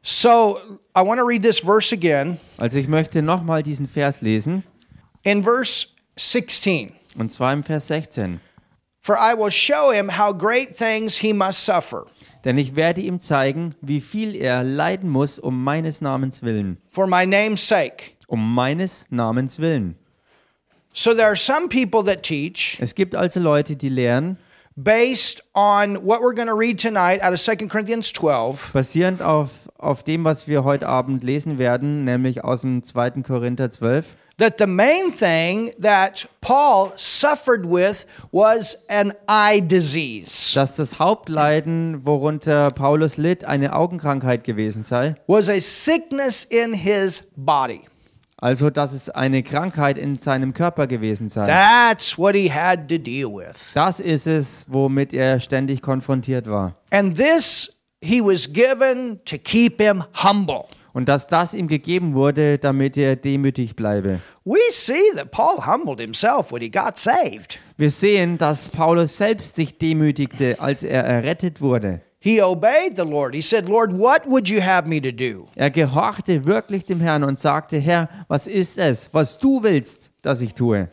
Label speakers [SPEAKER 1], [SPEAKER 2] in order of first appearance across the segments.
[SPEAKER 1] So I want to read this verse again
[SPEAKER 2] Also ich möchte nochmal diesen Vers lesen,
[SPEAKER 1] in verse 16.
[SPEAKER 2] und zwar im Vers 16.
[SPEAKER 1] For I will show him how great things he must suffer
[SPEAKER 2] Denn ich werde ihm zeigen, wie viel er leiden muss um meines Namens willen.
[SPEAKER 1] for my name's sake.
[SPEAKER 2] Um meines Namens willen.
[SPEAKER 1] So there are some people that teach
[SPEAKER 2] Es gibt also Leute, die lehren,
[SPEAKER 1] based on what we're going to read tonight out of 2 Corinthians 12
[SPEAKER 2] basierend auf, auf dem, was wir heute Abend lesen werden, nämlich aus dem 2. Korinther 12,
[SPEAKER 1] that the main thing that Paul suffered with was an eye disease,
[SPEAKER 2] dass das Hauptleiden, worunter Paulus litt, eine Augenkrankheit gewesen sei.
[SPEAKER 1] was a sickness in his body.
[SPEAKER 2] Also, dass es eine Krankheit in seinem Körper gewesen sei.
[SPEAKER 1] That's what he had to deal with.
[SPEAKER 2] Das ist es, womit er ständig konfrontiert war.
[SPEAKER 1] And this he was given to keep him humble.
[SPEAKER 2] Und dass das ihm gegeben wurde, damit er demütig bleibe.
[SPEAKER 1] We see that Paul humbled himself when he got saved.
[SPEAKER 2] Wir sehen, dass Paulus selbst sich demütigte, als er errettet wurde.
[SPEAKER 1] He obeyed the Lord. He said, Lord, what would you have me to do?
[SPEAKER 2] Er gehorchte wirklich dem Herrn und sagte, Herr, was ist es, was du willst, dass ich tue?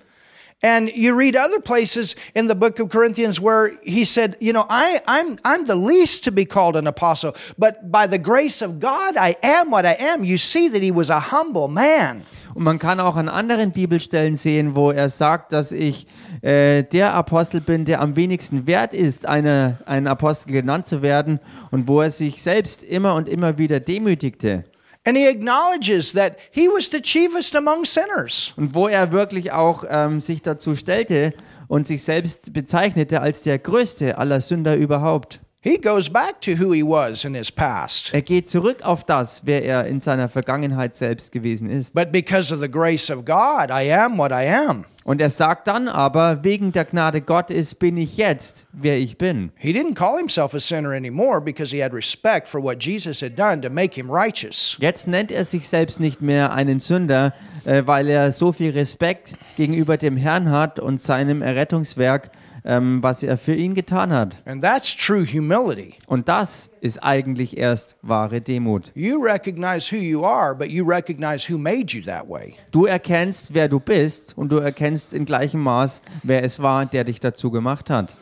[SPEAKER 1] And you read other places in the book of Corinthians where he said, You know, I, I'm, I'm the least to be called an apostle, but by the grace of God, I am what I am. You see that he was a humble man.
[SPEAKER 2] Und man kann auch an anderen Bibelstellen sehen, wo er sagt, dass ich äh, der Apostel bin, der am wenigsten wert ist, eine, ein Apostel genannt zu werden und wo er sich selbst immer und immer wieder demütigte.
[SPEAKER 1] And he acknowledges that he was the chiefest among sinners.
[SPEAKER 2] Und wo er wirklich auch ähm, sich dazu stellte und sich selbst bezeichnete als der größte aller Sünder überhaupt.
[SPEAKER 1] He goes back to who he was in his past.
[SPEAKER 2] Er geht zurück auf das, wer er in seiner Vergangenheit selbst gewesen ist.
[SPEAKER 1] But because of the grace of God, I am what I am.
[SPEAKER 2] Und er sagt dann aber, wegen der Gnade Gottes bin ich jetzt, wer ich bin.
[SPEAKER 1] He didn't call himself a sinner anymore because he had respect for what Jesus had done to make him righteous.
[SPEAKER 2] Jetzt nennt er sich selbst nicht mehr einen Sünder, äh, weil er so viel Respekt gegenüber dem Herrn hat und seinem Errettungswerk, ähm, was er für ihn getan hat.
[SPEAKER 1] And that's true humility.
[SPEAKER 2] Und das ist eigentlich erst wahre Demut.
[SPEAKER 1] You recognize who you are, but you recognize who made you that way.
[SPEAKER 2] Du erkennst, wer du bist und du erkennst in gleichem Maß, wer es war, der dich dazu gemacht hat.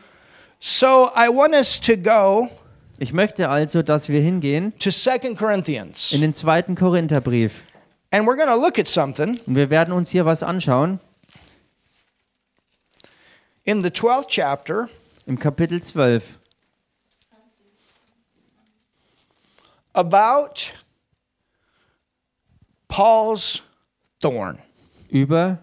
[SPEAKER 1] So I want us to go
[SPEAKER 2] Ich möchte also, dass wir hingehen
[SPEAKER 1] to Second Corinthians,
[SPEAKER 2] in den zweiten Korintherbrief.
[SPEAKER 1] and we're going to look at something
[SPEAKER 2] Und wir werden uns hier was anschauen.
[SPEAKER 1] in the 12th chapter
[SPEAKER 2] Im Kapitel 12
[SPEAKER 1] about Paul's thorn.
[SPEAKER 2] über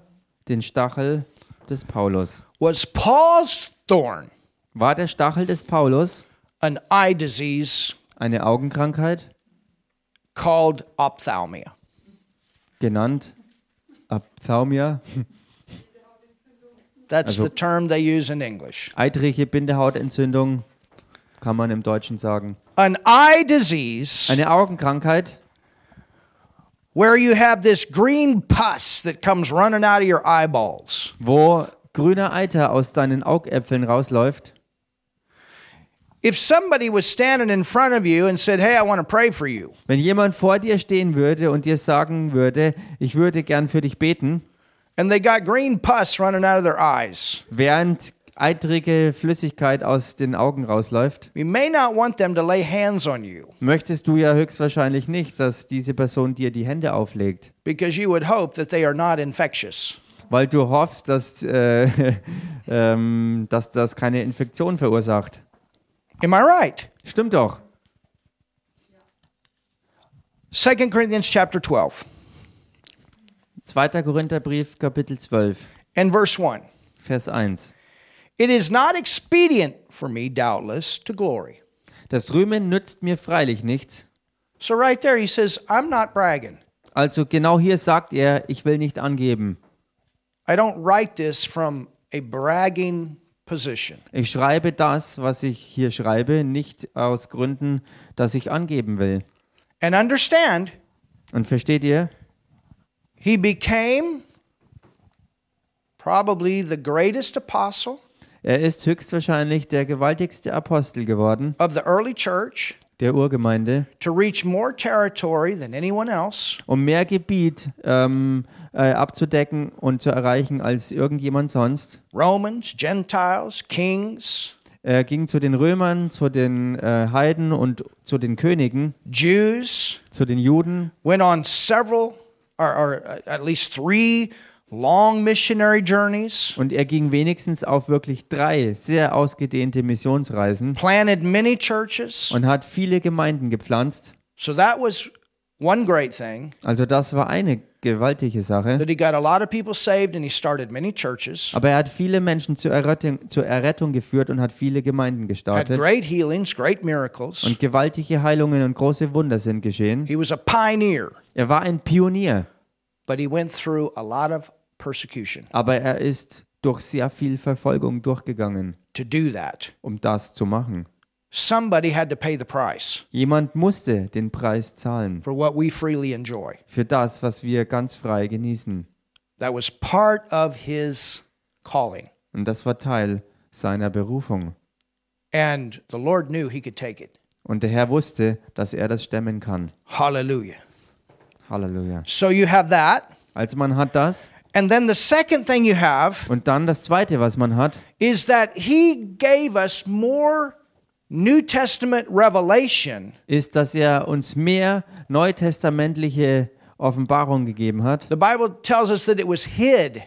[SPEAKER 2] den Stachel des Paulus.
[SPEAKER 1] Was Paul's thorn
[SPEAKER 2] War der Stachel des Paulus
[SPEAKER 1] an eye disease
[SPEAKER 2] eine Augenkrankheit,
[SPEAKER 1] called ophthalmia?
[SPEAKER 2] genannt Ophthalmia,
[SPEAKER 1] That's
[SPEAKER 2] Also-
[SPEAKER 1] the term they use in English.
[SPEAKER 2] eitrige Bindehautentzündung, kann man im Deutschen sagen.
[SPEAKER 1] An eye disease
[SPEAKER 2] Eine Augenkrankheit,
[SPEAKER 1] where you have this green pus that comes running out of your eyeballs.
[SPEAKER 2] wo grüner Eiter aus deinen Augäpfeln rausläuft.
[SPEAKER 1] If somebody was standing in front of you and said, Hey, I want to pray for you,
[SPEAKER 2] Wenn jemand vor dir stehen würde und dir sagen würde, ich würde gern für dich beten,
[SPEAKER 1] and they got green pus running out of their eyes,
[SPEAKER 2] während eitrige Flüssigkeit aus den Augen rausläuft,
[SPEAKER 1] you may not want them to lay hands on you
[SPEAKER 2] möchtest du ja höchstwahrscheinlich nicht, dass diese Person dir die Hände auflegt,
[SPEAKER 1] because you would hope that they are not infectious.
[SPEAKER 2] weil du hoffst, dass, äh, ähm, dass das keine Infektion verursacht.
[SPEAKER 1] Am I right?
[SPEAKER 2] Stimmt doch.
[SPEAKER 1] 2 Corinthians chapter 12
[SPEAKER 2] 2. Korintherbrief, Kapitel 12,
[SPEAKER 1] and verse 1.
[SPEAKER 2] Vers 1.
[SPEAKER 1] It is not expedient for me, doubtless, to glory.
[SPEAKER 2] Das Rühmen nützt mir freilich nichts.
[SPEAKER 1] So, right there, he says, I'm not bragging.
[SPEAKER 2] Also genau hier sagt er, ich will nicht angeben.
[SPEAKER 1] I don't write this from a bragging position.
[SPEAKER 2] Ich schreibe das, was ich hier schreibe, nicht aus Gründen, dass ich angeben will.
[SPEAKER 1] And understand,
[SPEAKER 2] Und versteht ihr?
[SPEAKER 1] he became probably the greatest apostle
[SPEAKER 2] Er ist höchstwahrscheinlich der gewaltigste Apostel geworden
[SPEAKER 1] of the early church
[SPEAKER 2] der Urgemeinde,
[SPEAKER 1] to reach more territory than anyone else,
[SPEAKER 2] um mehr Gebiet ähm, äh, abzudecken und zu erreichen als irgendjemand sonst.
[SPEAKER 1] Romans, Gentiles, kings,
[SPEAKER 2] Er ging zu den Römern, zu den äh, Heiden und zu den Königen,
[SPEAKER 1] Jews,
[SPEAKER 2] zu den Juden
[SPEAKER 1] went on several, or, or uh, at least three long missionary journeys,
[SPEAKER 2] und er ging wenigstens auf wirklich drei sehr ausgedehnte Missionsreisen
[SPEAKER 1] planted many churches.
[SPEAKER 2] und hat viele Gemeinden gepflanzt.
[SPEAKER 1] So that was one great thing
[SPEAKER 2] Also das war eine gewaltige Sache.
[SPEAKER 1] that he got a lot of people saved and he started many churches,
[SPEAKER 2] Aber er hat viele Menschen zur Errettung, zur Errettung geführt und hat viele Gemeinden
[SPEAKER 1] had
[SPEAKER 2] gestartet.
[SPEAKER 1] great healings, great miracles.
[SPEAKER 2] Und gewaltige Heilungen und große Wunder sind geschehen.
[SPEAKER 1] He was a pioneer,
[SPEAKER 2] Er war ein Pionier,
[SPEAKER 1] but he went through a lot of persecution
[SPEAKER 2] aber er ist durch sehr viel Verfolgung durchgegangen,
[SPEAKER 1] to do that.
[SPEAKER 2] um das zu machen.
[SPEAKER 1] Somebody had to pay the price
[SPEAKER 2] Jemand musste den Preis zahlen
[SPEAKER 1] for what we freely enjoy.
[SPEAKER 2] für das, was wir ganz frei genießen.
[SPEAKER 1] That was part of his calling.
[SPEAKER 2] Und das war Teil seiner Berufung.
[SPEAKER 1] And the Lord knew he could take it.
[SPEAKER 2] Und der Herr wusste, dass er das stemmen kann.
[SPEAKER 1] Hallelujah.
[SPEAKER 2] Halleluja.
[SPEAKER 1] So you have that.
[SPEAKER 2] Also man hat das.
[SPEAKER 1] And then the second thing you have
[SPEAKER 2] Und dann das Zweite, was man hat,
[SPEAKER 1] is that he gave us more New Testament revelation
[SPEAKER 2] ist, dass er uns mehr neutestamentliche Offenbarung gegeben hat.
[SPEAKER 1] The Bible tells us that it was hid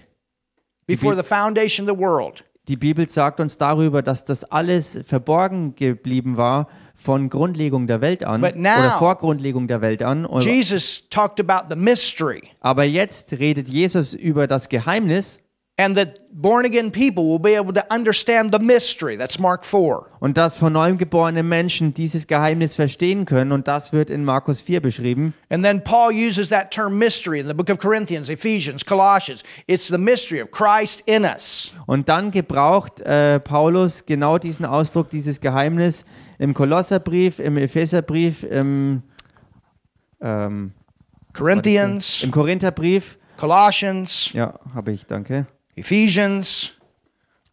[SPEAKER 1] before the foundation of the world.
[SPEAKER 2] Die Bibel sagt uns darüber, dass das alles verborgen geblieben war von Grundlegung der Welt an
[SPEAKER 1] But now-
[SPEAKER 2] oder vor Grundlegung der Welt an.
[SPEAKER 1] Jesus talked about the mystery
[SPEAKER 2] Aber jetzt redet Jesus über das Geheimnis
[SPEAKER 1] and that born again people will be able to understand the mystery. That's Mark 4.
[SPEAKER 2] und dass von neuem geborene Menschen dieses Geheimnis verstehen können und das wird in Markus 4 beschrieben.
[SPEAKER 1] And then Paul uses that term mystery in the book of Corinthians, Ephesians, Colossians. It's the mystery of Christ in us.
[SPEAKER 2] Und dann gebraucht äh, Paulus genau diesen Ausdruck, dieses Geheimnis im Kolosserbrief, im Epheserbrief, im, ähm,
[SPEAKER 1] Corinthians,
[SPEAKER 2] im Korintherbrief.
[SPEAKER 1] Colossians,
[SPEAKER 2] Ja, habe ich, danke.
[SPEAKER 1] Ephesians,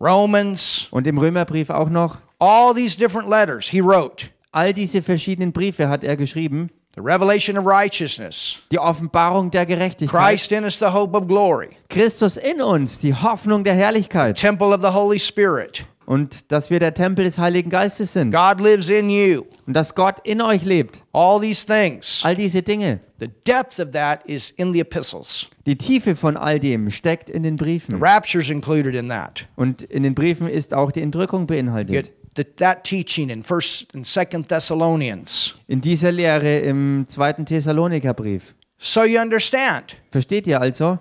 [SPEAKER 1] Romans,
[SPEAKER 2] Und im Römerbrief auch noch.
[SPEAKER 1] all these different letters he wrote.
[SPEAKER 2] All diese verschiedenen Briefe hat er geschrieben.
[SPEAKER 1] The revelation of righteousness,
[SPEAKER 2] Die Offenbarung der Gerechtigkeit.
[SPEAKER 1] Christ in us, the hope of glory.
[SPEAKER 2] Christus in uns, die Hoffnung der Herrlichkeit.
[SPEAKER 1] temple of the Holy Spirit.
[SPEAKER 2] Und dass wir der Tempel des Heiligen Geistes sind.
[SPEAKER 1] God lives in you.
[SPEAKER 2] Und dass Gott in euch lebt.
[SPEAKER 1] All these things.
[SPEAKER 2] All diese Dinge.
[SPEAKER 1] The depth of that is in the epistles.
[SPEAKER 2] Die Tiefe von all dem steckt in den Briefen.
[SPEAKER 1] Rapture's included in that.
[SPEAKER 2] Und in den Briefen ist auch die Entrückung beinhaltet.
[SPEAKER 1] Get that, that teaching in First and Second Thessalonians.
[SPEAKER 2] In dieser Lehre im zweiten Thessalonikerbrief.
[SPEAKER 1] So you understand.
[SPEAKER 2] Versteht ihr also?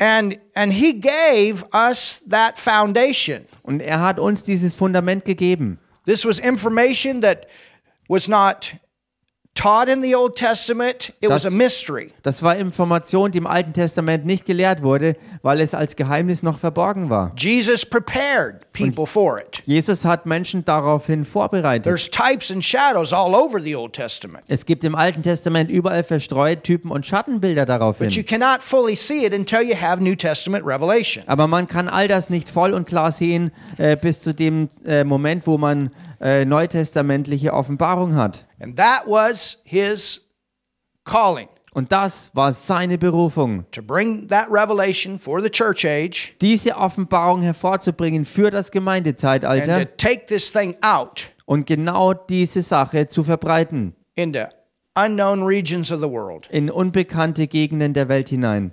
[SPEAKER 1] And and he gave us that foundation.
[SPEAKER 2] Und er hat uns dieses Fundament gegeben.
[SPEAKER 1] This was information that was not taught in the Old Testament. It was a
[SPEAKER 2] Das-
[SPEAKER 1] mystery.
[SPEAKER 2] Das war Information, die im Alten Testament nicht gelehrt wurde, weil es als Geheimnis noch verborgen war.
[SPEAKER 1] Jesus prepared people for it.
[SPEAKER 2] Jesus hat Menschen daraufhin vorbereitet.
[SPEAKER 1] There's types and shadows all over the Old Testament.
[SPEAKER 2] Es gibt im Alten Testament überall verstreut Typen und Schattenbilder daraufhin.
[SPEAKER 1] But you cannot fully see it until you have New Testament revelation.
[SPEAKER 2] Aber man kann all das nicht voll und klar sehen äh, bis zu dem äh, Moment, wo man äh, neutestamentliche Offenbarung hat.
[SPEAKER 1] And that was his calling
[SPEAKER 2] Und das war seine Berufung,
[SPEAKER 1] to bring that revelation for the church age
[SPEAKER 2] diese Offenbarung hervorzubringen für das
[SPEAKER 1] and to
[SPEAKER 2] Gemeindezeitalter
[SPEAKER 1] take this thing out
[SPEAKER 2] und genau diese Sache zu verbreiten
[SPEAKER 1] into unknown regions of the world
[SPEAKER 2] in unbekannte Gegenden der Welt hinein.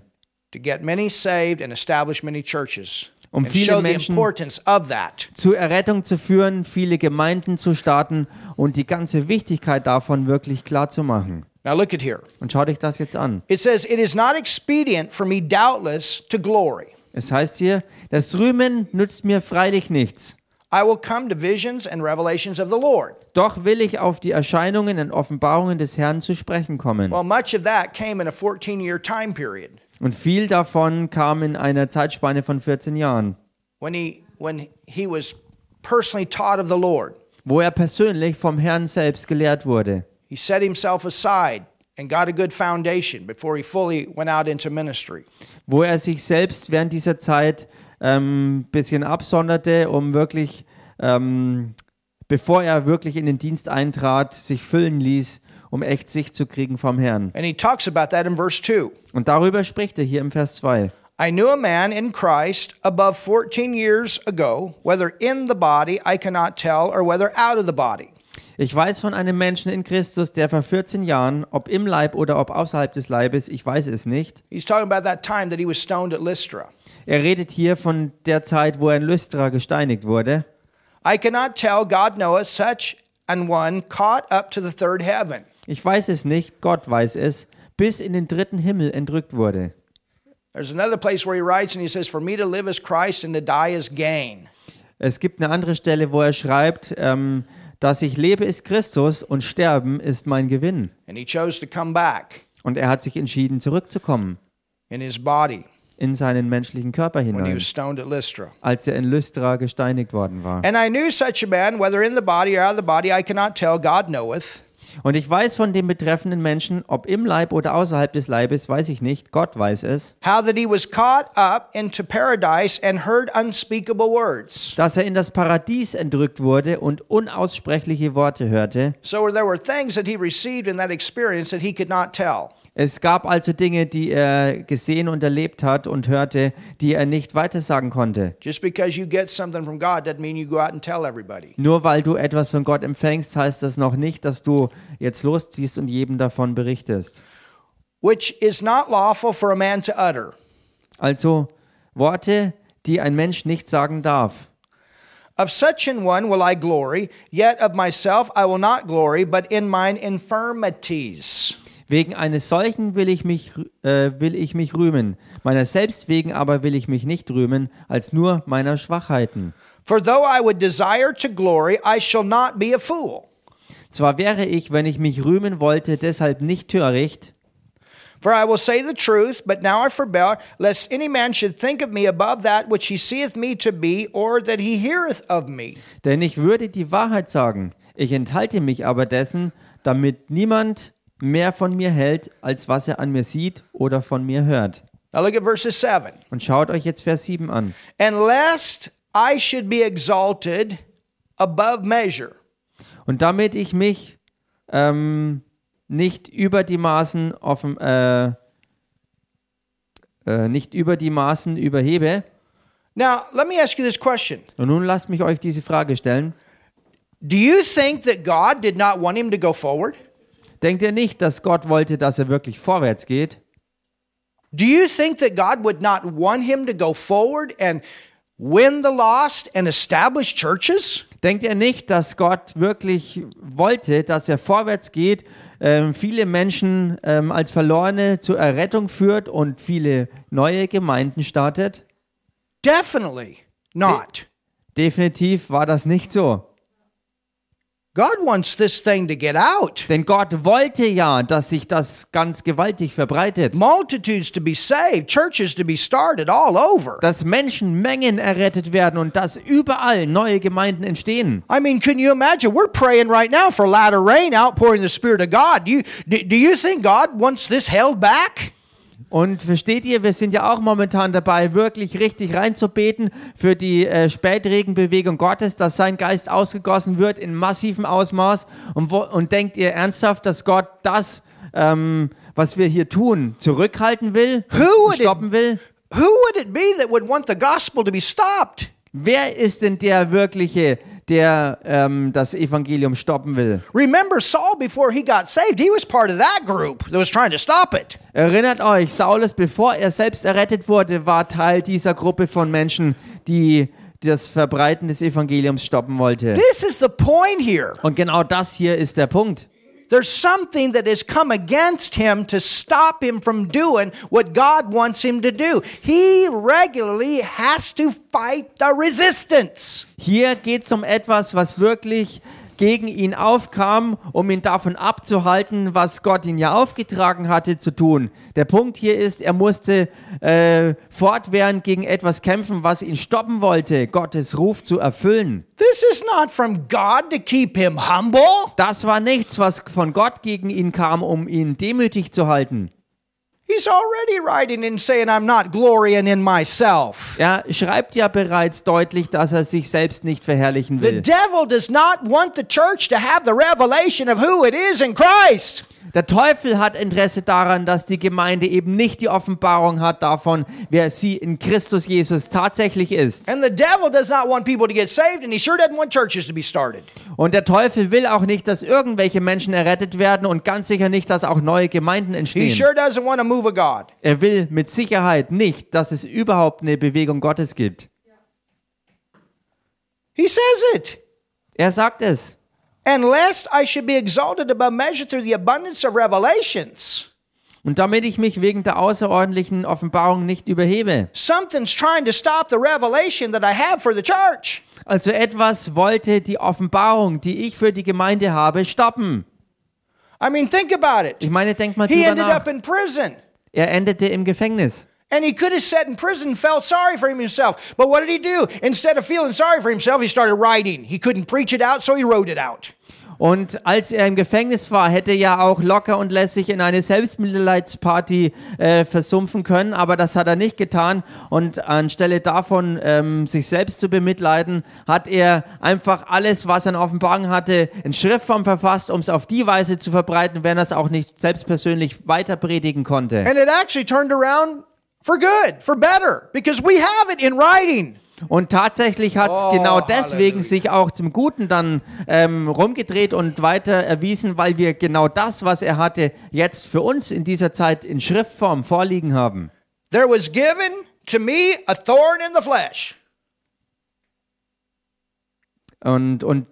[SPEAKER 1] to get many saved and establish many churches
[SPEAKER 2] Um
[SPEAKER 1] and
[SPEAKER 2] viele
[SPEAKER 1] show the
[SPEAKER 2] Menschen-
[SPEAKER 1] importance of that.
[SPEAKER 2] Zur Errettung zu führen, viele Gemeinden zu starten und die ganze Wichtigkeit davon wirklich klar zu machen.
[SPEAKER 1] Now look at here.
[SPEAKER 2] Und schau dich das jetzt an.
[SPEAKER 1] It says, It is not expedient for me, doubtless, to glory.
[SPEAKER 2] Es heißt hier, das Rühmen nützt mir freilich nichts.
[SPEAKER 1] I will come to visions and revelations of the Lord.
[SPEAKER 2] Doch will ich auf die Erscheinungen und Offenbarungen des Herrn zu sprechen kommen.
[SPEAKER 1] Well, much of that came in a 14 year time period.
[SPEAKER 2] Und viel davon kam in einer Zeitspanne von 14 Jahren,
[SPEAKER 1] when he when he was personally taught of the Lord.
[SPEAKER 2] wo er persönlich vom Herrn selbst gelehrt wurde.
[SPEAKER 1] He set himself aside and got a good foundation before he fully went out into ministry.
[SPEAKER 2] wo er sich selbst während dieser Zeit ein ähm, bisschen absonderte, um wirklich ähm, bevor er wirklich in den Dienst eintrat, sich füllen ließ, um echt Sicht zu kriegen vom Herrn.
[SPEAKER 1] And he talks about that in verse 2.
[SPEAKER 2] Und darüber spricht er hier im Vers 2.
[SPEAKER 1] I knew a man in Christ above 14 years ago, whether in the body, I cannot tell, or whether out of the body.
[SPEAKER 2] Ich weiß von einem Menschen in Christus, der vor 14 Jahren, ob im Leib oder ob außerhalb des Leibes, ich weiß es nicht,
[SPEAKER 1] He's talking about that time that he was stoned at Lystra.
[SPEAKER 2] er redet hier von der Zeit, wo er in Lystra gesteinigt wurde.
[SPEAKER 1] I cannot tell, God knoweth, such an one caught up to the third heaven.
[SPEAKER 2] Ich weiß es nicht, Gott weiß es, bis in den dritten Himmel entrückt wurde.
[SPEAKER 1] There's another place where he writes and he says, For me to live is Christ and to die is gain.
[SPEAKER 2] Es gibt eine andere Stelle, wo er schreibt, ähm, dass ich lebe ist Christus und sterben ist mein Gewinn.
[SPEAKER 1] And he chose to come back
[SPEAKER 2] Und er hat sich entschieden, zurückzukommen
[SPEAKER 1] in his body
[SPEAKER 2] in seinen menschlichen Körper
[SPEAKER 1] when he
[SPEAKER 2] hinein,
[SPEAKER 1] was stoned at Lystra.
[SPEAKER 2] als er in Lystra gesteinigt worden war.
[SPEAKER 1] And I knew such a man, whether in the body or out of the body, I cannot tell, God knoweth.
[SPEAKER 2] Und ich weiß von dem betreffenden Menschen, ob im Leib oder außerhalb des Leibes, weiß ich nicht, Gott weiß es,
[SPEAKER 1] how that he was caught up into paradise and heard unspeakable words.
[SPEAKER 2] dass er in das Paradies entrückt wurde und unaussprechliche Worte hörte.
[SPEAKER 1] So there were things that he received in that experience that he could not tell.
[SPEAKER 2] Es gab also Dinge, die er gesehen und erlebt hat und hörte, die er nicht weitersagen konnte.
[SPEAKER 1] Just because you get something from God doesn't mean you go out and tell everybody.
[SPEAKER 2] Nur weil du etwas von Gott empfängst, heißt das noch nicht, dass du jetzt losziehst und jedem davon berichtest.
[SPEAKER 1] Which is not lawful for a man to utter.
[SPEAKER 2] Also Worte, die ein Mensch nicht sagen darf.
[SPEAKER 1] Of such an one will I glory, yet of myself I will not glory, but in mine infirmities.
[SPEAKER 2] Wegen eines solchen will ich mich, äh, will ich mich rühmen. Meiner selbst wegen aber will ich mich nicht rühmen, als nur meiner Schwachheiten.
[SPEAKER 1] For though I would desire to glory, I shall not be a fool.
[SPEAKER 2] Zwar wäre ich, wenn ich mich rühmen wollte, deshalb nicht töricht,
[SPEAKER 1] For I will say the truth, but now I forbear, lest any man should think of me above that which he seeth me to be, or that he heareth of me.
[SPEAKER 2] denn ich würde die Wahrheit sagen. Ich enthalte mich aber dessen, damit niemand mehr von mir hält, als was er an mir sieht oder von mir hört.
[SPEAKER 1] Now look at verses 7.
[SPEAKER 2] Und schaut euch jetzt Vers 7 an.
[SPEAKER 1] And lest I should be exalted above measure.
[SPEAKER 2] Und damit ich mich ähm, nicht über die Maßen offen, äh, äh, nicht über die Maßen überhebe.
[SPEAKER 1] Now, let me ask you this question
[SPEAKER 2] Und nun lasst mich euch diese Frage stellen.
[SPEAKER 1] Do you think that God did not want him to go forward?
[SPEAKER 2] Denkt ihr nicht, dass Gott wollte, dass er wirklich vorwärts geht?
[SPEAKER 1] Do you think that God would not want him to go forward and win the lost and establish churches?
[SPEAKER 2] Denkt ihr nicht, dass Gott wirklich wollte, dass er vorwärts geht, ähm, viele Menschen ähm, als Verlorene zur Errettung führt und viele neue Gemeinden startet?
[SPEAKER 1] Definitely not.
[SPEAKER 2] Definitiv war das nicht so.
[SPEAKER 1] God wants this thing to get out.
[SPEAKER 2] Denn Gott wollte ja, dass sich das ganz gewaltig verbreitet,
[SPEAKER 1] multitudes to be saved, churches to be started all over.
[SPEAKER 2] dass Menschenmengen errettet werden und dass überall neue Gemeinden entstehen.
[SPEAKER 1] I mean, can you imagine? We're praying right now for latter rain, outpouring the Spirit of God. Do you, do, do you think God wants this held back?
[SPEAKER 2] Und versteht ihr, wir sind ja auch momentan dabei, wirklich richtig reinzubeten für die äh, Spätregenbewegung Gottes, dass sein Geist ausgegossen wird in massivem Ausmaß. Und, wo, und denkt ihr ernsthaft, dass Gott das, ähm, was wir hier tun, zurückhalten will,
[SPEAKER 1] Who would it-
[SPEAKER 2] stoppen will?
[SPEAKER 1] Who would it be that would want the gospel to be stopped?
[SPEAKER 2] Wer ist denn der wirkliche, der ähm, das Evangelium stoppen will?
[SPEAKER 1] Remember, Saul, before he got saved, he was part of that group that was trying to stop it.
[SPEAKER 2] Erinnert euch, Saulus, bevor er selbst errettet wurde, war Teil dieser Gruppe von Menschen, die das Verbreiten des Evangeliums stoppen wollte.
[SPEAKER 1] This is the point here.
[SPEAKER 2] Und genau das hier ist der Punkt.
[SPEAKER 1] There's something that has come against him to stop him from doing what God wants him to do. He regularly has to fight the resistance.
[SPEAKER 2] Hier geht es um etwas, was wirklich gegen ihn aufkam, um ihn davon abzuhalten, was Gott ihn ja aufgetragen hatte zu tun. Der Punkt hier ist, er musste äh, fortwährend gegen etwas kämpfen, was ihn stoppen wollte, Gottes Ruf zu erfüllen.
[SPEAKER 1] This is not from God to keep him humble.
[SPEAKER 2] Das war nichts, was von Gott gegen ihn kam, um ihn demütig zu halten.
[SPEAKER 1] He He's already writing and saying, I'm not glorying in myself.
[SPEAKER 2] Er schreibt ja bereits deutlich, dass er sich selbst nicht verherrlichen
[SPEAKER 1] The
[SPEAKER 2] will.
[SPEAKER 1] devil does not want the church to have the revelation of who it is in Christ.
[SPEAKER 2] Der Teufel hat Interesse daran, dass die Gemeinde eben nicht die Offenbarung hat davon, wer sie in Christus Jesus tatsächlich ist.
[SPEAKER 1] And the devil does not want people to get saved, and he sure doesn't want churches to be started.
[SPEAKER 2] Und der Teufel will auch nicht, dass irgendwelche Menschen errettet werden und ganz sicher nicht, dass auch neue Gemeinden
[SPEAKER 1] He
[SPEAKER 2] entstehen.
[SPEAKER 1] sure doesn't want to move of God.
[SPEAKER 2] Er will mit Sicherheit nicht, dass es überhaupt eine Bewegung Gottes gibt.
[SPEAKER 1] He says it.
[SPEAKER 2] Er sagt es.
[SPEAKER 1] And lest I should be exalted above measure through the abundance of revelations.
[SPEAKER 2] Und damit ich mich wegen der außerordentlichen Offenbarung nicht überhebe.
[SPEAKER 1] Something's trying to stop the revelation that I have for the church.
[SPEAKER 2] Also etwas wollte die Offenbarung, die ich für die Gemeinde habe, stoppen.
[SPEAKER 1] I mean, think about it.
[SPEAKER 2] Ich meine, denk mal
[SPEAKER 1] He
[SPEAKER 2] drüber
[SPEAKER 1] ended up
[SPEAKER 2] nach.
[SPEAKER 1] in prison.
[SPEAKER 2] Er endete im Gefängnis.
[SPEAKER 1] And he could have sat in prison and felt sorry for himself. But what did he do? Instead of feeling sorry for himself, he started writing. He couldn't preach it out, so he wrote it out.
[SPEAKER 2] Und als er im Gefängnis war, hätte er ja auch locker und lässig in eine Selbstmitleidsparty äh, versumpfen können, aber das hat er nicht getan. Und anstelle davon, ähm, sich selbst zu bemitleiden, hat er einfach alles, was er in Offenbarung hatte, in Schriftform verfasst, um es auf die Weise zu verbreiten, wenn er es auch nicht selbst persönlich weiter predigen konnte.
[SPEAKER 1] And it actually turned around for good, for better, because we have it in writing.
[SPEAKER 2] Und tatsächlich hat es
[SPEAKER 1] Oh,
[SPEAKER 2] genau deswegen
[SPEAKER 1] Halleluja.
[SPEAKER 2] sich auch zum Guten dann ähm, rumgedreht und weiter erwiesen, weil wir genau das, was er hatte, jetzt für uns in dieser Zeit in Schriftform vorliegen haben.
[SPEAKER 1] There was given to me a thorn in the flesh.
[SPEAKER 2] Und, und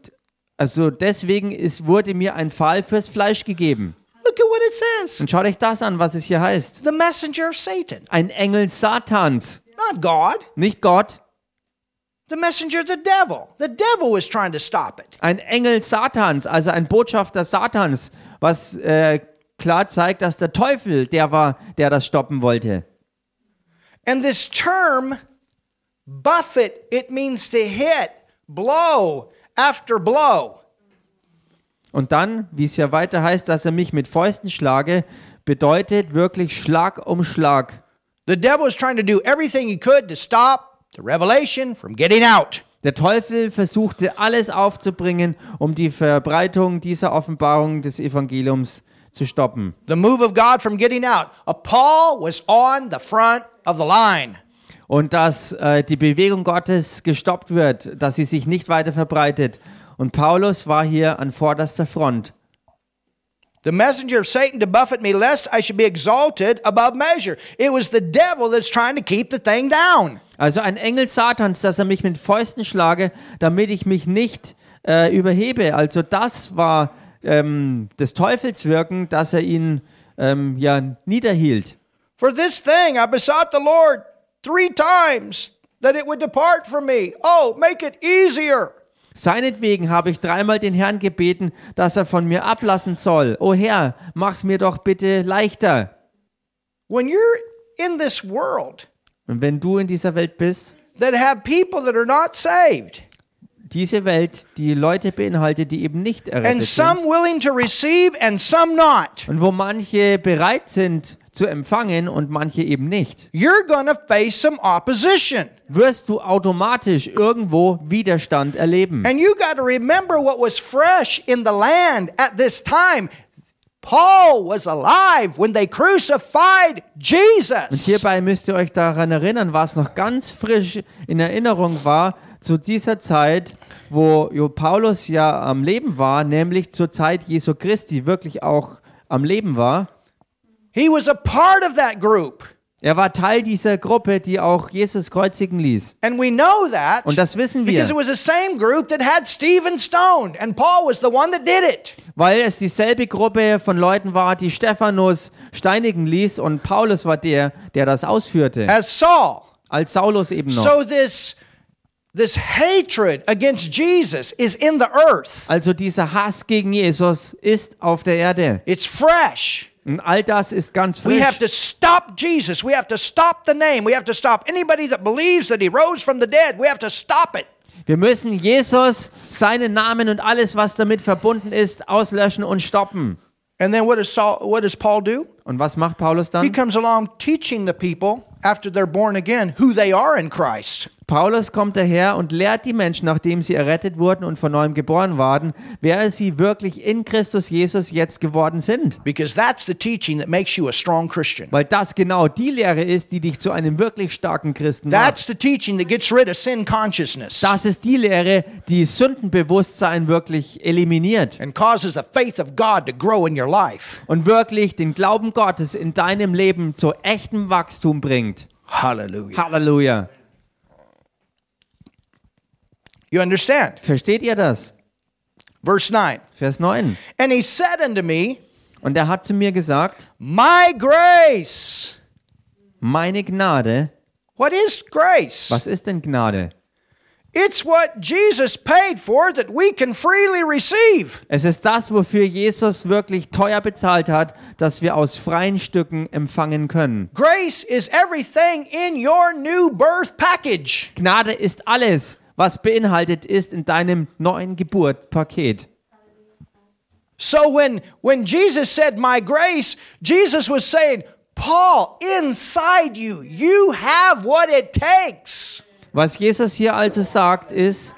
[SPEAKER 2] also deswegen ist, wurde mir ein Pfahl fürs Fleisch gegeben.
[SPEAKER 1] Look at what it says
[SPEAKER 2] Und schaut euch das an, was es hier heißt.
[SPEAKER 1] the messenger of Satan,
[SPEAKER 2] Ein Engel Satans,
[SPEAKER 1] not God,
[SPEAKER 2] nicht Gott.
[SPEAKER 1] the messenger of the devil. The devil was trying to stop it.
[SPEAKER 2] Ein Engel Satans, also ein Botschafter Satans, was äh, klar zeigt, dass der Teufel der war, der das stoppen wollte.
[SPEAKER 1] And this term, buffet, it means to hit, blow after blow.
[SPEAKER 2] Und dann, wie es ja weiter heißt, dass er mich mit Fäusten schlage, bedeutet wirklich Schlag um Schlag.
[SPEAKER 1] The devil was trying to do everything he could to stop the revelation from getting out.
[SPEAKER 2] Der Teufel versuchte alles aufzubringen, um die Verbreitung dieser Offenbarung des Evangeliums zu stoppen.
[SPEAKER 1] the move of God from getting out. Uh, Paul was on the front of the line.
[SPEAKER 2] Und dass äh, die Bewegung Gottes gestoppt wird, dass sie sich nicht weiter verbreitet. Und Paulus war hier an vorderster Front.
[SPEAKER 1] The messenger of Satan to buffet me, lest I should be exalted above measure. It was the devil that's trying to keep the thing down.
[SPEAKER 2] Also ein Engel Satans, dass er mich mit Fäusten schlage, damit ich mich nicht äh, überhebe. Also das war ähm, des Teufels Wirken, dass er ihn ähm, ja niederhielt.
[SPEAKER 1] For this thing I besought the Lord three times that it would depart from me. Oh, make it easier.
[SPEAKER 2] Seinetwegen habe ich dreimal den Herrn gebeten, dass er von mir ablassen soll. O Herr, mach's mir doch bitte leichter.
[SPEAKER 1] When you're in this world
[SPEAKER 2] Und wenn du in dieser Welt bist,
[SPEAKER 1] that have people that are not saved
[SPEAKER 2] diese Welt, die Leute beinhaltet, die eben nicht
[SPEAKER 1] and
[SPEAKER 2] errettet sind.
[SPEAKER 1] some willing to receive and some not,
[SPEAKER 2] Und wo manche bereit sind zu empfangen und manche eben nicht.
[SPEAKER 1] you're going to face some opposition.
[SPEAKER 2] wirst du automatisch irgendwo Widerstand erleben.
[SPEAKER 1] And you got to remember what was fresh in the land at this time. Paul was alive when they crucified Jesus.
[SPEAKER 2] Hierbei müsst ihr euch daran erinnern, was noch ganz frisch in Erinnerung war zu dieser Zeit, wo Jo- Paulus ja am Leben war, nämlich zur Zeit Jesu Christi wirklich auch am Leben war.
[SPEAKER 1] He was a part of that group.
[SPEAKER 2] Er war Teil dieser Gruppe, die auch Jesus kreuzigen ließ.
[SPEAKER 1] And we know that
[SPEAKER 2] Und das wissen wir,
[SPEAKER 1] because it was the same group that had Stephen stoned, and Paul was the one that did it.
[SPEAKER 2] weil es dieselbe Gruppe von Leuten war, die Stephanus steinigen ließ und Paulus war der, der das ausführte,
[SPEAKER 1] As Saul.
[SPEAKER 2] als Saulus eben noch.
[SPEAKER 1] Äh, So this this hatred against Jesus is in the earth.
[SPEAKER 2] Also dieser Hass gegen Jesus ist auf der Erde.
[SPEAKER 1] It's fresh.
[SPEAKER 2] Und all das ist ganz
[SPEAKER 1] We
[SPEAKER 2] frisch.
[SPEAKER 1] have to stop Jesus. We have to stop the name. We have to stop anybody that believes that he rose from the dead. We have to stop it.
[SPEAKER 2] Wir müssen Jesus, seinen Namen und alles, was damit verbunden ist, auslöschen und stoppen.
[SPEAKER 1] And then what does Saul, what does Paul do?
[SPEAKER 2] Und was macht Paulus
[SPEAKER 1] He
[SPEAKER 2] dann?
[SPEAKER 1] comes along teaching the people after they're born again who they are in Christ.
[SPEAKER 2] Paulus kommt daher und lehrt die Menschen, nachdem sie errettet wurden und von neuem geboren waren, wer sie wirklich in Christus Jesus jetzt geworden sind.
[SPEAKER 1] Because that's the teaching that makes you a strong Christian.
[SPEAKER 2] Weil das genau die Lehre ist, die dich zu einem wirklich starken Christen macht.
[SPEAKER 1] That's the teaching that gets rid of sin consciousness
[SPEAKER 2] Das ist die Lehre, die Sündenbewusstsein wirklich eliminiert
[SPEAKER 1] and causes the faith of God to grow in your life.
[SPEAKER 2] und wirklich den Glauben Gottes in deinem Leben zu echtem Wachstum bringt.
[SPEAKER 1] Hallelujah.
[SPEAKER 2] Halleluja.
[SPEAKER 1] You understand?
[SPEAKER 2] Versteht ihr das?
[SPEAKER 1] Verse 9.
[SPEAKER 2] Vers 9.
[SPEAKER 1] And he said unto me,
[SPEAKER 2] Und er hat zu mir gesagt,
[SPEAKER 1] My grace.
[SPEAKER 2] meine Gnade,
[SPEAKER 1] What is grace?
[SPEAKER 2] was ist denn Gnade?
[SPEAKER 1] It's what Jesus paid for that we can freely receive.
[SPEAKER 2] Es ist das, wofür Jesus wirklich teuer bezahlt hat, dass wir aus freien Stücken empfangen können.
[SPEAKER 1] Grace is everything in your new birth package.
[SPEAKER 2] Gnade ist alles, was beinhaltet ist in deinem neuen Geburtpaket.
[SPEAKER 1] So when when Jesus said my grace, Jesus was saying, Paul, inside you, you have what it takes.
[SPEAKER 2] Was Jesus hier also sagt, ist,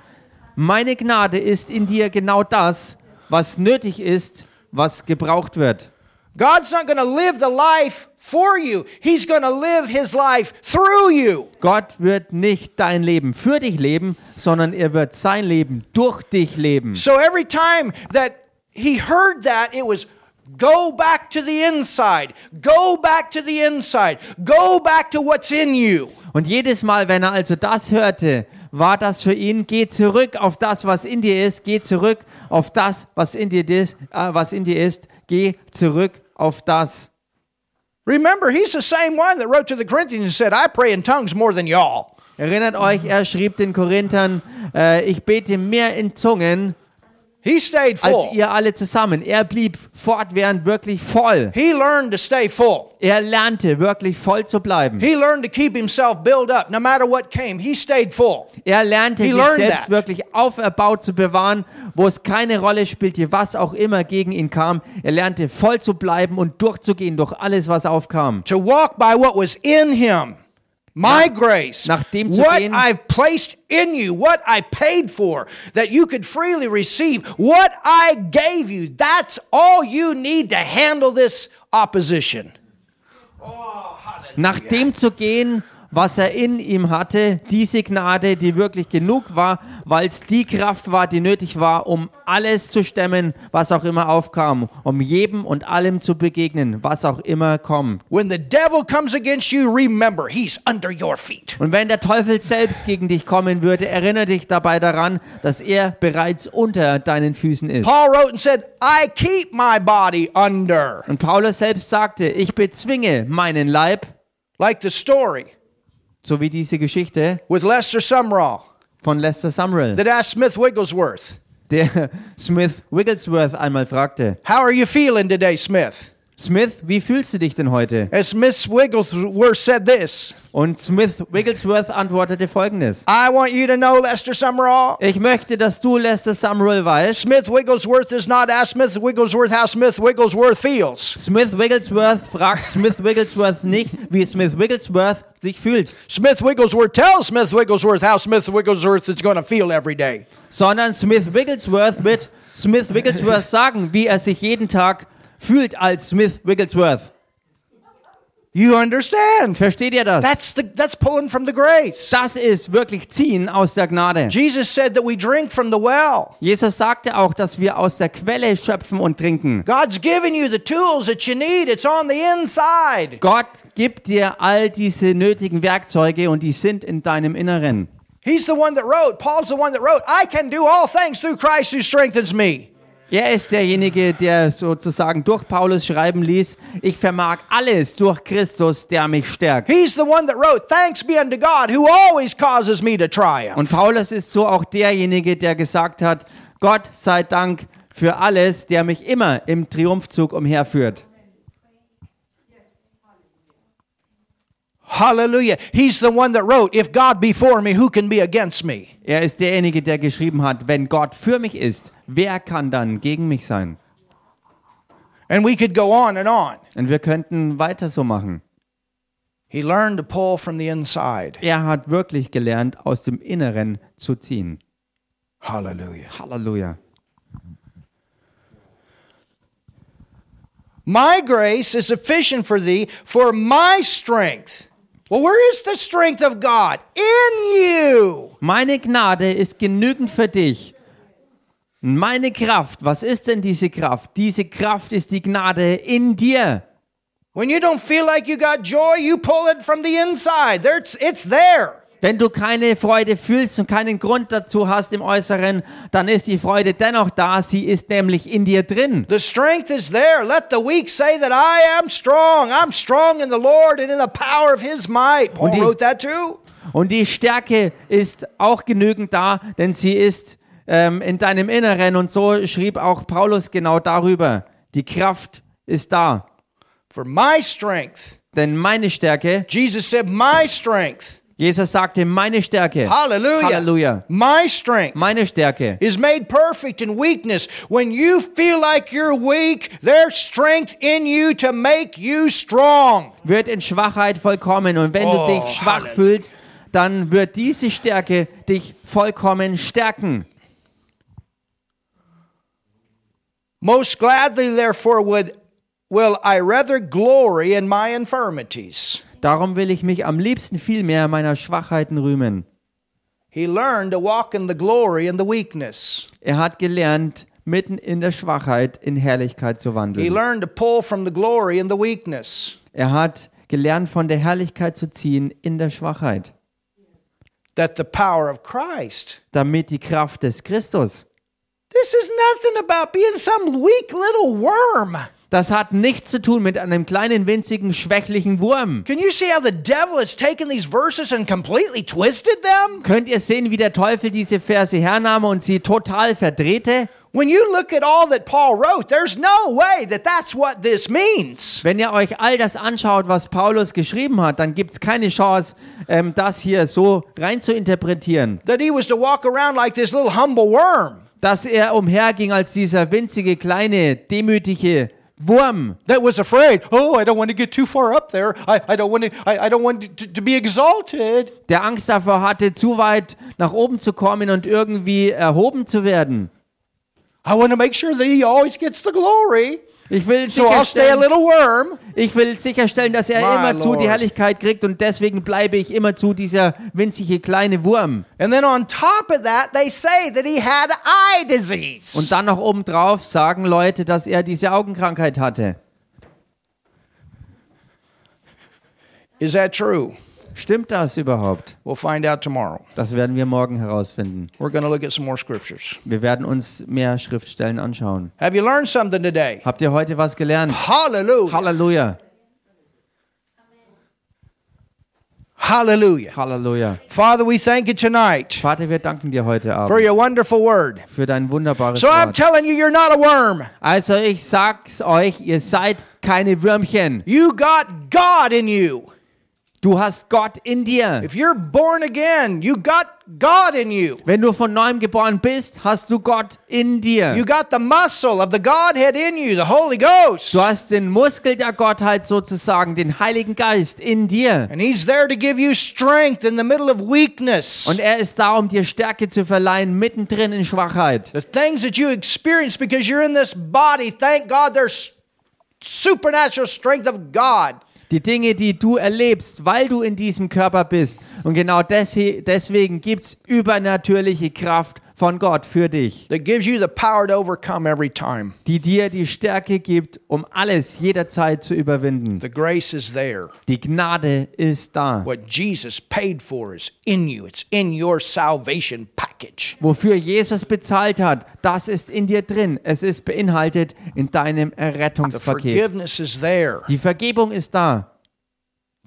[SPEAKER 2] meine Gnade ist in dir genau das, was nötig ist, was gebraucht wird.
[SPEAKER 1] God's not going to live the life for you. He's going to live his life through you.
[SPEAKER 2] Gott wird nicht dein Leben für dich leben, sondern er wird sein Leben durch dich leben.
[SPEAKER 1] So every time that he heard that, it was go back to the inside, go back to the inside, go back to what's in you.
[SPEAKER 2] Und jedes Mal, wenn er also das hörte, war das für ihn, geh zurück auf das, was in dir ist, geh zurück auf das, was in dir ist, äh, was in dir ist, geh zurück auf das.
[SPEAKER 1] Remember, he's the same one that wrote to the Corinthians and said, I pray in tongues more than y'all.
[SPEAKER 2] Erinnert euch, er schrieb den Korinthern, äh, ich bete mehr in Zungen
[SPEAKER 1] He stayed
[SPEAKER 2] als
[SPEAKER 1] full.
[SPEAKER 2] ihr alle zusammen. Er blieb fortwährend wirklich voll.
[SPEAKER 1] He learned to stay full.
[SPEAKER 2] Er lernte wirklich voll zu bleiben.
[SPEAKER 1] He learned to keep himself built up no matter what came. He stayed full.
[SPEAKER 2] Er lernte
[SPEAKER 1] He
[SPEAKER 2] sich
[SPEAKER 1] learned
[SPEAKER 2] selbst
[SPEAKER 1] that.
[SPEAKER 2] wirklich auferbaut zu bewahren, wo es keine Rolle spielte, was auch immer gegen ihn kam. Er lernte voll zu bleiben und durchzugehen durch alles, was aufkam.
[SPEAKER 1] To walk by what was in him. My grace,
[SPEAKER 2] nach dem zu
[SPEAKER 1] what
[SPEAKER 2] gehen-
[SPEAKER 1] I've placed in you, what I paid for, that you could freely receive, what I gave you, that's all you need to handle this opposition.
[SPEAKER 2] Nach dem zu gehen, was er in ihm hatte, diese Gnade, die wirklich genug war, weil es die Kraft war, die nötig war, um alles zu stemmen, was auch immer aufkam, um jedem und allem zu begegnen, was auch immer kommt.
[SPEAKER 1] When the devil comes against you, remember, he's under your feet.
[SPEAKER 2] Und wenn der Teufel selbst gegen dich kommen würde, erinnere dich dabei daran, dass er bereits unter deinen Füßen ist.
[SPEAKER 1] Paul wrote and said, I keep my body under.
[SPEAKER 2] Und Paulus selbst sagte, ich bezwinge meinen Leib,
[SPEAKER 1] Like the story
[SPEAKER 2] so wie diese Geschichte
[SPEAKER 1] with Lester Sumrall
[SPEAKER 2] von Lester Sumrall,
[SPEAKER 1] that asked Smith Wigglesworth,
[SPEAKER 2] der Smith Wigglesworth einmal fragte,
[SPEAKER 1] How are you feeling today, Smith?
[SPEAKER 2] Smith, wie fühlst du dich denn heute?
[SPEAKER 1] And Smith Wigglesworth said this
[SPEAKER 2] Und Smith Wigglesworth antwortete folgendes.
[SPEAKER 1] I want you to know, Lester Summerall.
[SPEAKER 2] Ich möchte, dass du Lester Sumrall weißt.
[SPEAKER 1] Smith Wigglesworth does not ask Smith Wigglesworth how Smith Wigglesworth feels.
[SPEAKER 2] Smith Wigglesworth fragt Smith Wigglesworth nicht, wie Smith Wigglesworth sich fühlt.
[SPEAKER 1] Smith Wigglesworth tells Smith Wigglesworth how Smith Wigglesworth is going to feel every day.
[SPEAKER 2] sondern Smith Wigglesworth wird Smith Wigglesworth sagen, wie er sich jeden Tag fühlt als Smith Wigglesworth.
[SPEAKER 1] You understand?
[SPEAKER 2] Versteht ihr das?
[SPEAKER 1] That's the that's pulling from the grace.
[SPEAKER 2] Das ist wirklich ziehen aus der Gnade.
[SPEAKER 1] Jesus said that we drink from the well.
[SPEAKER 2] Jesus sagte auch, dass wir aus der Quelle schöpfen und trinken.
[SPEAKER 1] God's given you the tools that you need. It's on the inside.
[SPEAKER 2] Gott gibt dir all diese nötigen Werkzeuge und die sind in deinem Inneren.
[SPEAKER 1] He's the one that wrote. Paul's the one that wrote, I can do all things through Christ who strengthens me.
[SPEAKER 2] Er ist derjenige, der sozusagen durch Paulus schreiben ließ, ich vermag alles durch Christus, der mich stärkt.
[SPEAKER 1] He's the one that wrote, Thanks be unto God who always causes me to triumph.
[SPEAKER 2] Und Paulus ist so auch derjenige, der gesagt hat, Gott sei Dank für alles, der mich immer im Triumphzug umherführt.
[SPEAKER 1] Hallelujah. He's the one that wrote, If God be for me, who can be against me?
[SPEAKER 2] Er ist derjenige, der geschrieben hat, wenn Gott für mich ist, wer kann dann gegen mich sein?
[SPEAKER 1] And we could go on and on.
[SPEAKER 2] Und wir könnten weiter so machen.
[SPEAKER 1] He learned to pull from the inside.
[SPEAKER 2] Er hat wirklich gelernt, aus dem Inneren zu ziehen.
[SPEAKER 1] Hallelujah.
[SPEAKER 2] Halleluja.
[SPEAKER 1] My grace is sufficient for thee, for my strength. Well, where is the strength of God? In you.
[SPEAKER 2] Meine Gnade ist genügend für dich. Meine Kraft, was ist denn diese Kraft? Diese Kraft ist die Gnade in dir.
[SPEAKER 1] When you don't feel like you got joy, you pull it from the inside. There, it's, it's there.
[SPEAKER 2] Wenn du keine Freude fühlst und keinen Grund dazu hast im Äußeren, dann ist die Freude dennoch da. Sie ist nämlich in dir drin.
[SPEAKER 1] The strength is there. Let the weak say that I am strong. I'm strong in the Lord and in the power of his might. Paul
[SPEAKER 2] he-
[SPEAKER 1] wrote that too.
[SPEAKER 2] Und die Stärke ist auch genügend da, denn sie ist ähm, in deinem Inneren. Und so schrieb auch Paulus genau darüber. Die Kraft ist da.
[SPEAKER 1] For my strength.
[SPEAKER 2] Denn meine Stärke,
[SPEAKER 1] Jesus said, My strength.
[SPEAKER 2] Jesus sagte, meine Stärke,
[SPEAKER 1] Hallelujah.
[SPEAKER 2] Halleluja.
[SPEAKER 1] My strength.
[SPEAKER 2] meine Stärke
[SPEAKER 1] is made perfect in weakness. When you feel like you're weak, there's strength in you to make you strong.
[SPEAKER 2] wird in Schwachheit vollkommen. Und wenn
[SPEAKER 1] Oh,
[SPEAKER 2] du dich schwach
[SPEAKER 1] Halleluja.
[SPEAKER 2] fühlst, dann wird diese Stärke dich vollkommen stärken.
[SPEAKER 1] Most gladly, therefore, would will I rather glory in my infirmities.
[SPEAKER 2] Darum will ich mich am liebsten viel mehr meiner Schwachheiten rühmen.
[SPEAKER 1] He learned to walk in the glory and the weakness.
[SPEAKER 2] Er hat gelernt, mitten in der Schwachheit in Herrlichkeit zu
[SPEAKER 1] He
[SPEAKER 2] wandeln.
[SPEAKER 1] learned to pull from the glory and the weakness,
[SPEAKER 2] Er hat gelernt, von der Herrlichkeit zu ziehen in der Schwachheit,
[SPEAKER 1] that the power of Christ.
[SPEAKER 2] damit die Kraft des Christus.
[SPEAKER 1] This is nothing about being some weak little worm.
[SPEAKER 2] Das hat nichts zu tun mit einem kleinen, winzigen, schwächlichen Wurm.
[SPEAKER 1] Can you see how the devil has taken these verses and completely twisted them?
[SPEAKER 2] Könnt ihr sehen, wie der Teufel diese Verse hernahme und sie total verdrehte?
[SPEAKER 1] When you look at all that Paul wrote, there's no way that that's what this means.
[SPEAKER 2] Wenn ihr euch all das anschaut, was Paulus geschrieben hat, dann gibt es keine Chance, ähm, das hier so rein zu interpretieren.
[SPEAKER 1] That he was to walk around like this little humble worm
[SPEAKER 2] Dass er umherging als dieser winzige, kleine, demütige Wurm,
[SPEAKER 1] that was afraid. Oh, I don't want to get too far up there. I, I don't want to. I, I don't want to, to be exalted.
[SPEAKER 2] der Angst davor hatte, zu weit nach oben zu kommen und irgendwie erhoben zu werden.
[SPEAKER 1] I want to make sure that he always gets the glory.
[SPEAKER 2] Ich will,
[SPEAKER 1] So I'll stay a
[SPEAKER 2] sicherstellen,
[SPEAKER 1] little worm.
[SPEAKER 2] ich will sicherstellen, dass er
[SPEAKER 1] My
[SPEAKER 2] immer zu die
[SPEAKER 1] Lord.
[SPEAKER 2] Herrlichkeit kriegt und deswegen bleibe ich immer zu dieser winzige kleine Wurm.
[SPEAKER 1] And then on top of that, they say that he had eye disease.
[SPEAKER 2] Und dann noch obendrauf sagen Leute, dass er diese Augenkrankheit hatte.
[SPEAKER 1] Is that true?
[SPEAKER 2] Stimmt das überhaupt?
[SPEAKER 1] We'll find out tomorrow.
[SPEAKER 2] Das werden wir morgen herausfinden.
[SPEAKER 1] We're going to look at some more scriptures.
[SPEAKER 2] Wir werden uns mehr Schriftstellen anschauen.
[SPEAKER 1] Have you learned something today?
[SPEAKER 2] Habt ihr heute was gelernt?
[SPEAKER 1] Hallelujah.
[SPEAKER 2] Halleluja.
[SPEAKER 1] Hallelujah.
[SPEAKER 2] Halleluja.
[SPEAKER 1] Father, we thank you tonight
[SPEAKER 2] Vater, wir danken dir heute
[SPEAKER 1] for
[SPEAKER 2] Abend
[SPEAKER 1] your wonderful word.
[SPEAKER 2] für dein wunderbares
[SPEAKER 1] So I'm
[SPEAKER 2] Wort.
[SPEAKER 1] telling you, you're not a worm.
[SPEAKER 2] Also ich sag's euch, ihr seid keine Würmchen.
[SPEAKER 1] You got God in you.
[SPEAKER 2] Du hast Gott in dir.
[SPEAKER 1] If you're born again, you got God in you.
[SPEAKER 2] Wenn du von neuem geboren bist, hast du Gott in
[SPEAKER 1] You
[SPEAKER 2] dir.
[SPEAKER 1] got the muscle of the Godhead in you, the Holy Ghost.
[SPEAKER 2] Du hast den Muskel der Gottheit sozusagen, den Heiligen Geist in dir.
[SPEAKER 1] And He's there to give you strength in the middle of weakness.
[SPEAKER 2] Und er ist da, um dir Stärke zu verleihen, mittendrin in Schwachheit.
[SPEAKER 1] The things that you experience because you're in this body, thank God there's supernatural strength of God.
[SPEAKER 2] Die Dinge, die du erlebst, weil du in diesem Körper bist. Und genau desi- deswegen gibt es übernatürliche Kraft von Gott für dich,
[SPEAKER 1] That gives you the power to overcome every time.
[SPEAKER 2] die dir die Stärke gibt, um alles jederzeit zu überwinden.
[SPEAKER 1] The grace is there.
[SPEAKER 2] Die Gnade ist da.
[SPEAKER 1] What Jesus paid for is in you. It's in your salvation package.
[SPEAKER 2] Wofür Jesus bezahlt hat, das ist in dir drin. Es ist beinhaltet in deinem
[SPEAKER 1] The
[SPEAKER 2] Errettungspaket.
[SPEAKER 1] forgiveness is there.
[SPEAKER 2] Die Vergebung ist da.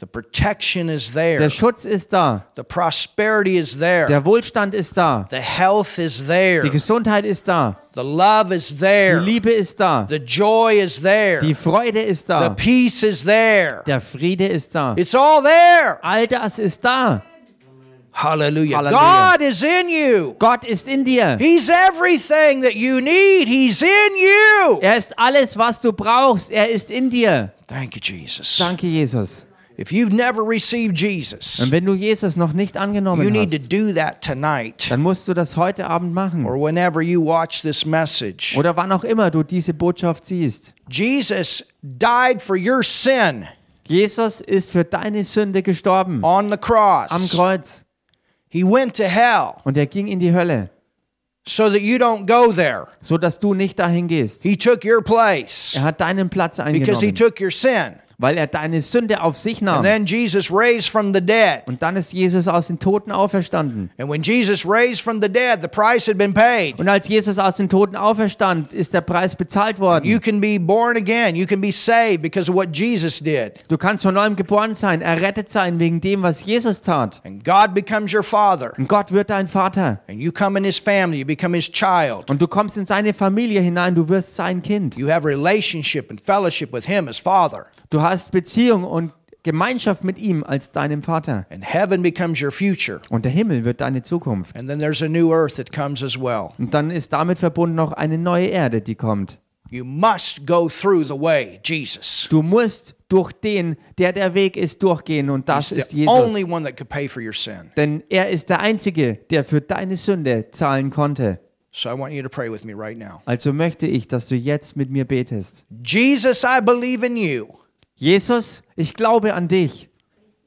[SPEAKER 1] The protection is
[SPEAKER 2] Der
[SPEAKER 1] there.
[SPEAKER 2] Schutz ist da.
[SPEAKER 1] The prosperity is there.
[SPEAKER 2] Der Wohlstand ist da.
[SPEAKER 1] The health is there.
[SPEAKER 2] Die Gesundheit ist da.
[SPEAKER 1] The love is
[SPEAKER 2] Die
[SPEAKER 1] there.
[SPEAKER 2] Liebe ist da.
[SPEAKER 1] The joy is there.
[SPEAKER 2] Die Freude ist
[SPEAKER 1] The
[SPEAKER 2] da.
[SPEAKER 1] peace is there.
[SPEAKER 2] Der Friede ist da.
[SPEAKER 1] It's all there.
[SPEAKER 2] All das ist da.
[SPEAKER 1] Hallelujah.
[SPEAKER 2] Hallelujah.
[SPEAKER 1] God is in you.
[SPEAKER 2] Gott ist in dir.
[SPEAKER 1] He's everything that you need. He's in you.
[SPEAKER 2] Er ist alles, was du brauchst. Er ist in dir.
[SPEAKER 1] Thank you, Jesus.
[SPEAKER 2] Danke, Jesus.
[SPEAKER 1] If you've never received Jesus,
[SPEAKER 2] Und wenn du Jesus noch nicht angenommen
[SPEAKER 1] you need to
[SPEAKER 2] hast,
[SPEAKER 1] do that tonight
[SPEAKER 2] dann musst du das heute Abend machen.
[SPEAKER 1] or whenever you watch this message.
[SPEAKER 2] Oder wann auch immer du diese Botschaft siehst.
[SPEAKER 1] Jesus died for your sin
[SPEAKER 2] Jesus ist für deine Sünde gestorben.
[SPEAKER 1] on the
[SPEAKER 2] Am
[SPEAKER 1] cross.
[SPEAKER 2] Kreuz.
[SPEAKER 1] He went to hell
[SPEAKER 2] Und er ging in die Hölle,
[SPEAKER 1] so that you don't go there.
[SPEAKER 2] so dass du nicht dahin gehst.
[SPEAKER 1] He took your place
[SPEAKER 2] Er hat deinen Platz
[SPEAKER 1] because he
[SPEAKER 2] eingenommen,
[SPEAKER 1] took your sin.
[SPEAKER 2] weil er deine Sünde auf sich nahm.
[SPEAKER 1] And then Jesus raised from the dead.
[SPEAKER 2] Und dann ist Jesus aus den Toten auferstanden.
[SPEAKER 1] And when Jesus raised from the dead, the price had been paid.
[SPEAKER 2] Und als Jesus aus den Toten auferstand, ist der Preis bezahlt worden.
[SPEAKER 1] You can be born again. You can be saved because of what Jesus did.
[SPEAKER 2] Du kannst von neuem geboren sein, errettet sein wegen dem, was Jesus tat.
[SPEAKER 1] And God becomes your father.
[SPEAKER 2] Und Gott wird dein Vater.
[SPEAKER 1] And you come in his family. You become his child.
[SPEAKER 2] Und du kommst in seine Familie hinein, du wirst sein Kind.
[SPEAKER 1] You have relationship and fellowship with him as father.
[SPEAKER 2] Du hast Beziehung und Gemeinschaft mit ihm als deinem Vater.
[SPEAKER 1] And heaven becomes your future.
[SPEAKER 2] Und der Himmel wird deine Zukunft.
[SPEAKER 1] And then there's a new earth that comes as well.
[SPEAKER 2] Und dann ist damit verbunden noch eine neue Erde, die kommt.
[SPEAKER 1] You must go through the way, Jesus.
[SPEAKER 2] Du musst durch den, der der Weg ist, durchgehen. Und das
[SPEAKER 1] He's
[SPEAKER 2] ist
[SPEAKER 1] the only
[SPEAKER 2] Jesus.
[SPEAKER 1] one that could pay for your sin.
[SPEAKER 2] Denn er ist der Einzige, der für deine Sünde zahlen konnte.
[SPEAKER 1] So I want you to pray with me right now.
[SPEAKER 2] Also möchte ich, dass du jetzt mit mir betest.
[SPEAKER 1] Jesus, I believe in you.
[SPEAKER 2] Jesus, ich glaube an dich.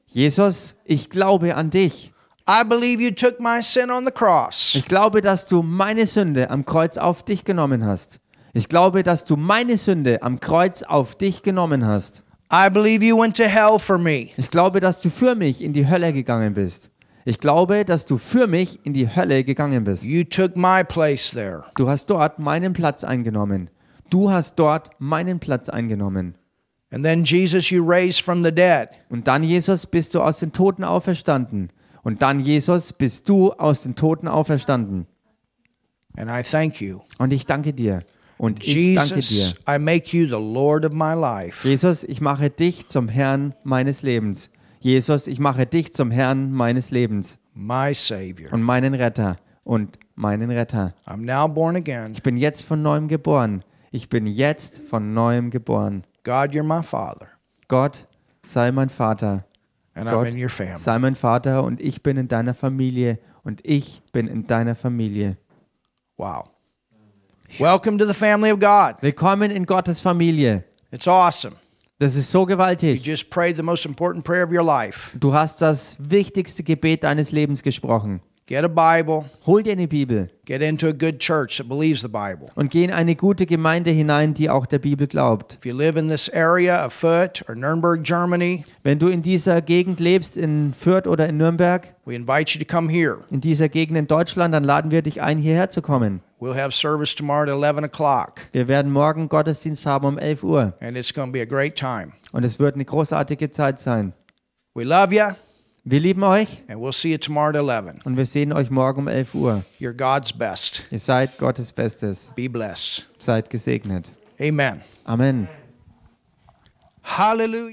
[SPEAKER 2] Jesus, ich glaube an dich.
[SPEAKER 1] I believe you took my sin on the cross.
[SPEAKER 2] Ich glaube, dass du meine Sünde am Kreuz auf dich genommen hast. Ich glaube, dass du meine Sünde am Kreuz auf dich genommen hast.
[SPEAKER 1] I believe you went to hell for me.
[SPEAKER 2] Ich glaube, dass du für mich in die Hölle gegangen bist. Ich glaube, dass du für mich in die Hölle gegangen bist.
[SPEAKER 1] You took my place there.
[SPEAKER 2] Du hast dort meinen Platz eingenommen. Du hast dort meinen Platz eingenommen.
[SPEAKER 1] And then, Jesus, you raised from the dead.
[SPEAKER 2] Und dann, Jesus, bist du aus den Toten auferstanden. Und dann, Jesus, bist du aus den Toten auferstanden.
[SPEAKER 1] And I thank you.
[SPEAKER 2] Und ich danke dir. Und ich danke
[SPEAKER 1] Jesus,
[SPEAKER 2] dir.
[SPEAKER 1] I make you the Lord of my life.
[SPEAKER 2] Jesus, ich mache dich zum Herrn meines Lebens. Jesus, ich mache dich zum Herrn meines Lebens
[SPEAKER 1] my Savior.
[SPEAKER 2] und meinen Retter und meinen Retter.
[SPEAKER 1] I'm now born again.
[SPEAKER 2] Ich bin jetzt von neuem geboren. Ich bin jetzt von neuem geboren.
[SPEAKER 1] God, you're my Father,
[SPEAKER 2] Gott sei mein Vater.
[SPEAKER 1] and I'm
[SPEAKER 2] Gott
[SPEAKER 1] in your family.
[SPEAKER 2] sei mein Vater und ich bin in deiner Familie und ich bin in deiner Familie.
[SPEAKER 1] Wow. Welcome to the family of God.
[SPEAKER 2] Willkommen in Gottes Familie.
[SPEAKER 1] It's awesome.
[SPEAKER 2] Das ist so
[SPEAKER 1] You
[SPEAKER 2] gewaltig.
[SPEAKER 1] just prayed the most important prayer of your life.
[SPEAKER 2] Du hast das wichtigste Gebet deines Lebens gesprochen.
[SPEAKER 1] Get a Bible,
[SPEAKER 2] Hol dir eine Bibel
[SPEAKER 1] get into a good church that believes the Bible.
[SPEAKER 2] und geh in eine gute Gemeinde hinein, die auch der Bibel glaubt.
[SPEAKER 1] If you live in this area of Fürth or Nuremberg, Germany,
[SPEAKER 2] Wenn du in dieser Gegend lebst, in Fürth oder in Nürnberg,
[SPEAKER 1] we invite you to come here.
[SPEAKER 2] in dieser Gegend in Deutschland, dann laden wir dich ein, hierher zu kommen.
[SPEAKER 1] We'll have service tomorrow at 11 o'clock,
[SPEAKER 2] Wir werden morgen Gottesdienst haben um 11 Uhr
[SPEAKER 1] and it's going to be a great time.
[SPEAKER 2] und es wird eine großartige Zeit sein.
[SPEAKER 1] We love you,
[SPEAKER 2] Wir lieben euch
[SPEAKER 1] and we'll see you tomorrow at 11.
[SPEAKER 2] und wir sehen euch morgen um 11 Uhr.
[SPEAKER 1] You're God's best.
[SPEAKER 2] Ihr seid Gottes Bestes.
[SPEAKER 1] Be blessed.
[SPEAKER 2] Seid gesegnet.
[SPEAKER 1] Amen.
[SPEAKER 2] Amen.
[SPEAKER 1] Hallelujah.